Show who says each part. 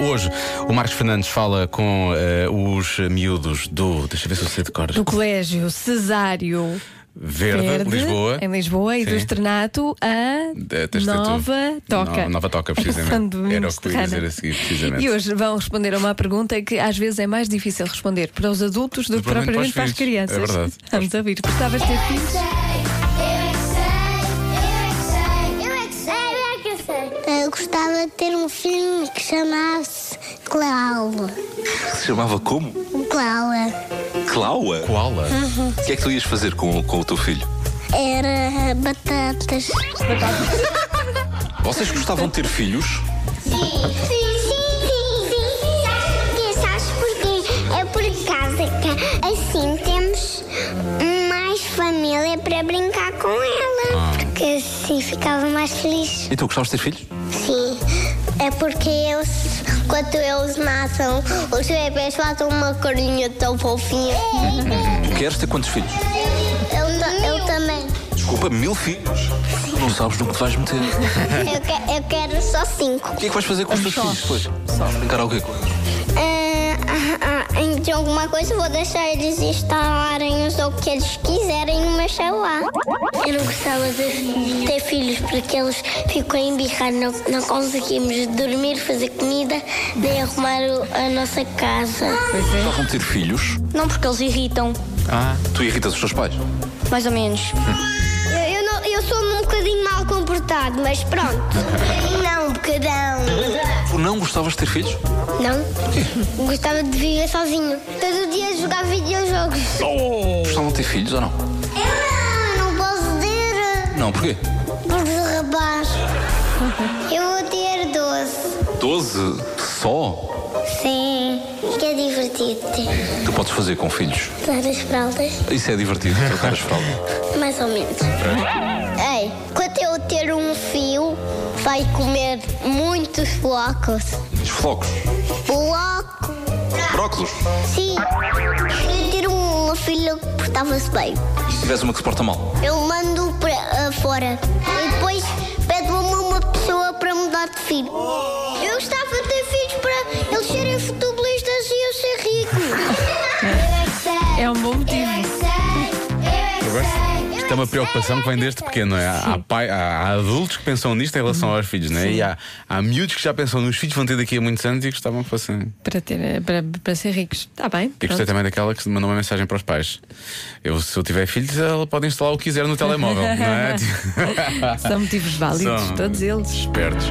Speaker 1: Hoje o Marcos Fernandes fala com eh, os miúdos do. Deixa eu ver se eu sei de cor.
Speaker 2: Do Colégio Cesário
Speaker 1: Verde,
Speaker 2: Verde,
Speaker 1: Lisboa.
Speaker 2: em Lisboa, e do
Speaker 1: Sim.
Speaker 2: Estrenato a
Speaker 1: Eh, tens de ser tu.
Speaker 2: Nova Toca.
Speaker 1: No- Nova Toca,
Speaker 2: São
Speaker 1: precisamente.
Speaker 2: Domingos
Speaker 1: Era o que eu ia
Speaker 2: Terrana.
Speaker 1: dizer a seguir, precisamente.
Speaker 2: E hoje vão responder a uma pergunta que às vezes é mais difícil responder para os adultos do que
Speaker 1: Provavelmente
Speaker 2: propriamente para
Speaker 1: para
Speaker 2: as
Speaker 1: os filhos.
Speaker 2: crianças.
Speaker 1: É verdade.
Speaker 2: Vamos ouvir. Gostavas de ter filhos?
Speaker 3: é Eu gostava de ter um filme que chamasse Cláudio.
Speaker 4: Se chamava como?
Speaker 3: Cláudio
Speaker 4: Claua?
Speaker 1: Koala.
Speaker 2: Hum.
Speaker 4: O que é que tu ias fazer com, com o teu filho?
Speaker 3: era batatas.
Speaker 4: Vocês gostavam de ter filhos?
Speaker 3: Sim, sim, sim, sim. Sabes porquê? Sabes porquê? É por causa que assim temos mais família para brincar com ela. Porque assim ficava mais feliz.
Speaker 4: Então gostavas de ter filhos?
Speaker 3: Sim, é porque eles, quando eles nascem, os bebês fazem uma corinha tão fofinha.
Speaker 4: Queres ter quantos filhos?
Speaker 3: Eu, ta- eu também.
Speaker 4: Desculpa, mil filhos? Tu não sabes no que te vais meter. O
Speaker 3: Eu, que- eu quero só cinco.
Speaker 4: que é que vais fazer com os teus filhos depois? Sabes brincar ao quê com eles?
Speaker 3: Ah, ah, ah, de alguma coisa eu vou deixar eles instalarem o jogo que eles quiserem no meu celular. Eu não gostava de ter filhos porque eles ficam a embirrar, não, não conseguimos dormir, fazer comida, nem arrumar o- a nossa casa.
Speaker 4: Gostavam de ter filhos?
Speaker 3: Não porque eles irritam.
Speaker 4: Tu irritas os teus pais?
Speaker 3: Mais ou menos. Eu, eu não- eu sou um bocadinho mal comportado, mas pronto. Não, um bocadão.
Speaker 4: Tu não gostavas de ter filhos?
Speaker 3: Não. Gostava de viver sozinho. Todo dia jogar videojogos.
Speaker 4: Gostavam de ter filhos ou não?
Speaker 3: Eu não, não posso ter,
Speaker 4: Não, porquê?
Speaker 3: porque sou rapaz. Eu vou ter doce.
Speaker 4: Doze? Só?
Speaker 3: Sim. Que é divertido.
Speaker 4: Tu podes fazer com filhos.
Speaker 3: Dar as fraldas.
Speaker 4: Isso é divertido, trocar as fraldas.
Speaker 3: Mais ou menos. Ei, quando eu ter um fio, vai comer muitos flocos.
Speaker 4: Os flocos.
Speaker 3: Bloco.
Speaker 4: Brócolos.
Speaker 3: Sim. Eu ter uma filha que portava-se bem.
Speaker 4: E se tivesse uma que se porta mal?
Speaker 3: Eu mando para ah, fora. E depois pego uma, uma pessoa para mudar de filho. Eu gostava de ter filhos para eles serem futebolistas e eu ser rico.
Speaker 2: É um bom motivo.
Speaker 1: Eu gosto. Isto é uma preocupação que vem desde pequeno, não é? Há, pai- há- há adultos que pensam nisto em relação
Speaker 2: Uhum.
Speaker 1: aos filhos, não é? E há, há miúdos que já pensam nos filhos, vão ter daqui a muitos anos e que estavam assim.
Speaker 2: Para, ter, para, para ser ricos. Está bem.
Speaker 1: E
Speaker 2: pronto.
Speaker 1: gostei também daquela que mandou uma mensagem para os pais. Eu, se eu tiver filhos, ela pode instalar o que quiser no telemóvel, não é?
Speaker 2: São motivos válidos,
Speaker 1: São
Speaker 2: todos eles.
Speaker 1: Espertos.